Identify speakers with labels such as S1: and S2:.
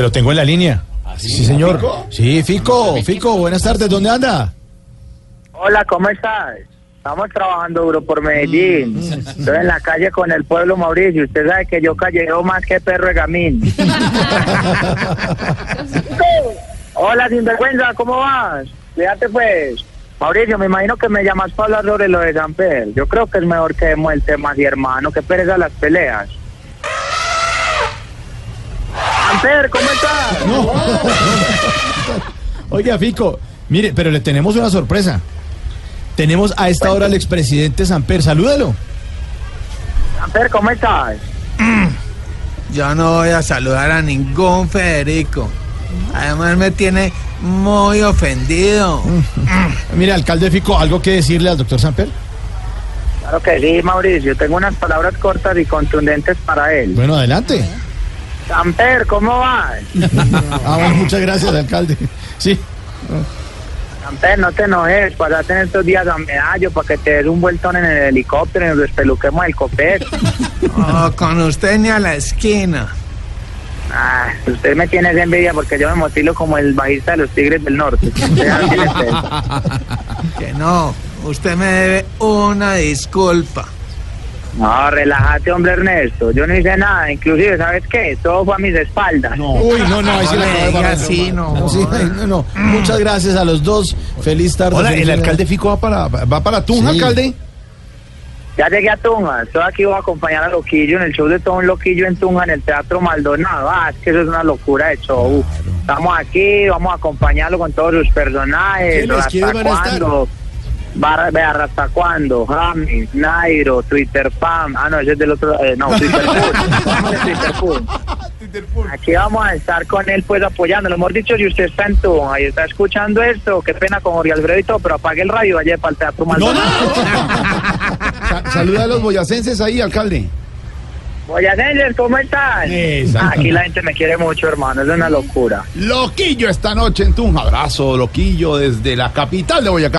S1: Lo tengo en la línea. ¿Ah, sí, señor. Sí, Fico, Fico, buenas tardes. ¿Dónde anda?
S2: Hola, ¿cómo estás? Estamos trabajando duro por Medellín. Estoy en la calle con el pueblo Mauricio. Usted sabe que yo calleo más que perro de gamín. Hola, sinvergüenza, ¿cómo vas? Fíjate pues. Mauricio, me imagino que me llamas para hablar sobre lo de San Pedro. Yo creo que es mejor que demos el tema así, hermano. Que pereza las peleas. San Pedro, ¿cómo estás?
S1: Oiga, Fico, mire, pero le tenemos una sorpresa. Tenemos a esta hora al expresidente Samper. Salúdalo.
S2: San Pedro, ¿cómo estás?
S3: Yo no voy a saludar a ningún Federico. Además me tiene muy ofendido.
S1: Mire, alcalde Fico, ¿algo que decirle al doctor Samper?
S2: Claro que sí, Mauricio. Tengo unas palabras cortas y contundentes para él.
S1: Bueno, adelante.
S2: San Pedro, ¿cómo vas?
S1: Ah, bueno, muchas gracias, alcalde. Sí.
S2: Sanper, no te enojes, pasate en estos días a medallo para que te des un vueltón en el helicóptero y nos despeluquemos el copete.
S3: Oh, con usted ni a la esquina.
S2: Ah, usted me tiene esa envidia porque yo me motilo como el bajista de los Tigres del Norte. Usted así le pega.
S3: Que no, usted me debe una disculpa.
S2: no, relájate, hombre Ernesto. Yo no hice nada. Inclusive, ¿sabes qué? Todo fue a mis espaldas.
S1: Uy, no, no, ahí sí
S3: No
S1: la
S3: me
S1: acabo de
S3: diga
S1: barrer.
S3: así, no.
S1: No, sí, no, no. Muchas gracias a los dos. Feliz tarde.
S4: Hola,
S1: Feliz
S4: el
S1: tarde.
S4: alcalde Fico va para, va para Tunja,
S1: Sí.
S4: alcalde.
S2: Ya llegué a Tunja. Estoy aquí, voy a acompañar a Loquillo en el show de todo un Loquillo en Tunja, en el Teatro Maldonado. Ah, es que eso es una locura de show. Estamos aquí, vamos a acompañarlo con todos sus personajes.
S1: ¿Quiénes? ¿Quiénes van a estar?
S2: cuándo? Barra- Vea, ¿hasta cuándo? James, Nairo, Twitter Pam. Ah, no, ese es del otro eh, No, Twitter Pam. Vamos a Twitter Pam. Aquí vamos a estar con él, pues apoyándolo. Hemos dicho, si usted está en Tunja y está escuchando esto, qué pena con Oriol Alfredo y todo, pero apague el radio, vaya para el Teatro
S1: No,
S2: Maldonado.
S1: no, no.
S4: Sa- saluda a los boyacenses ahí, alcalde.
S2: Boyacenses, ¿cómo están?
S4: Exacto.
S2: Aquí la gente me quiere mucho, hermano, es una locura.
S4: Loquillo esta noche en Tunja. Abrazo, Loquillo, desde la capital de Boyacá.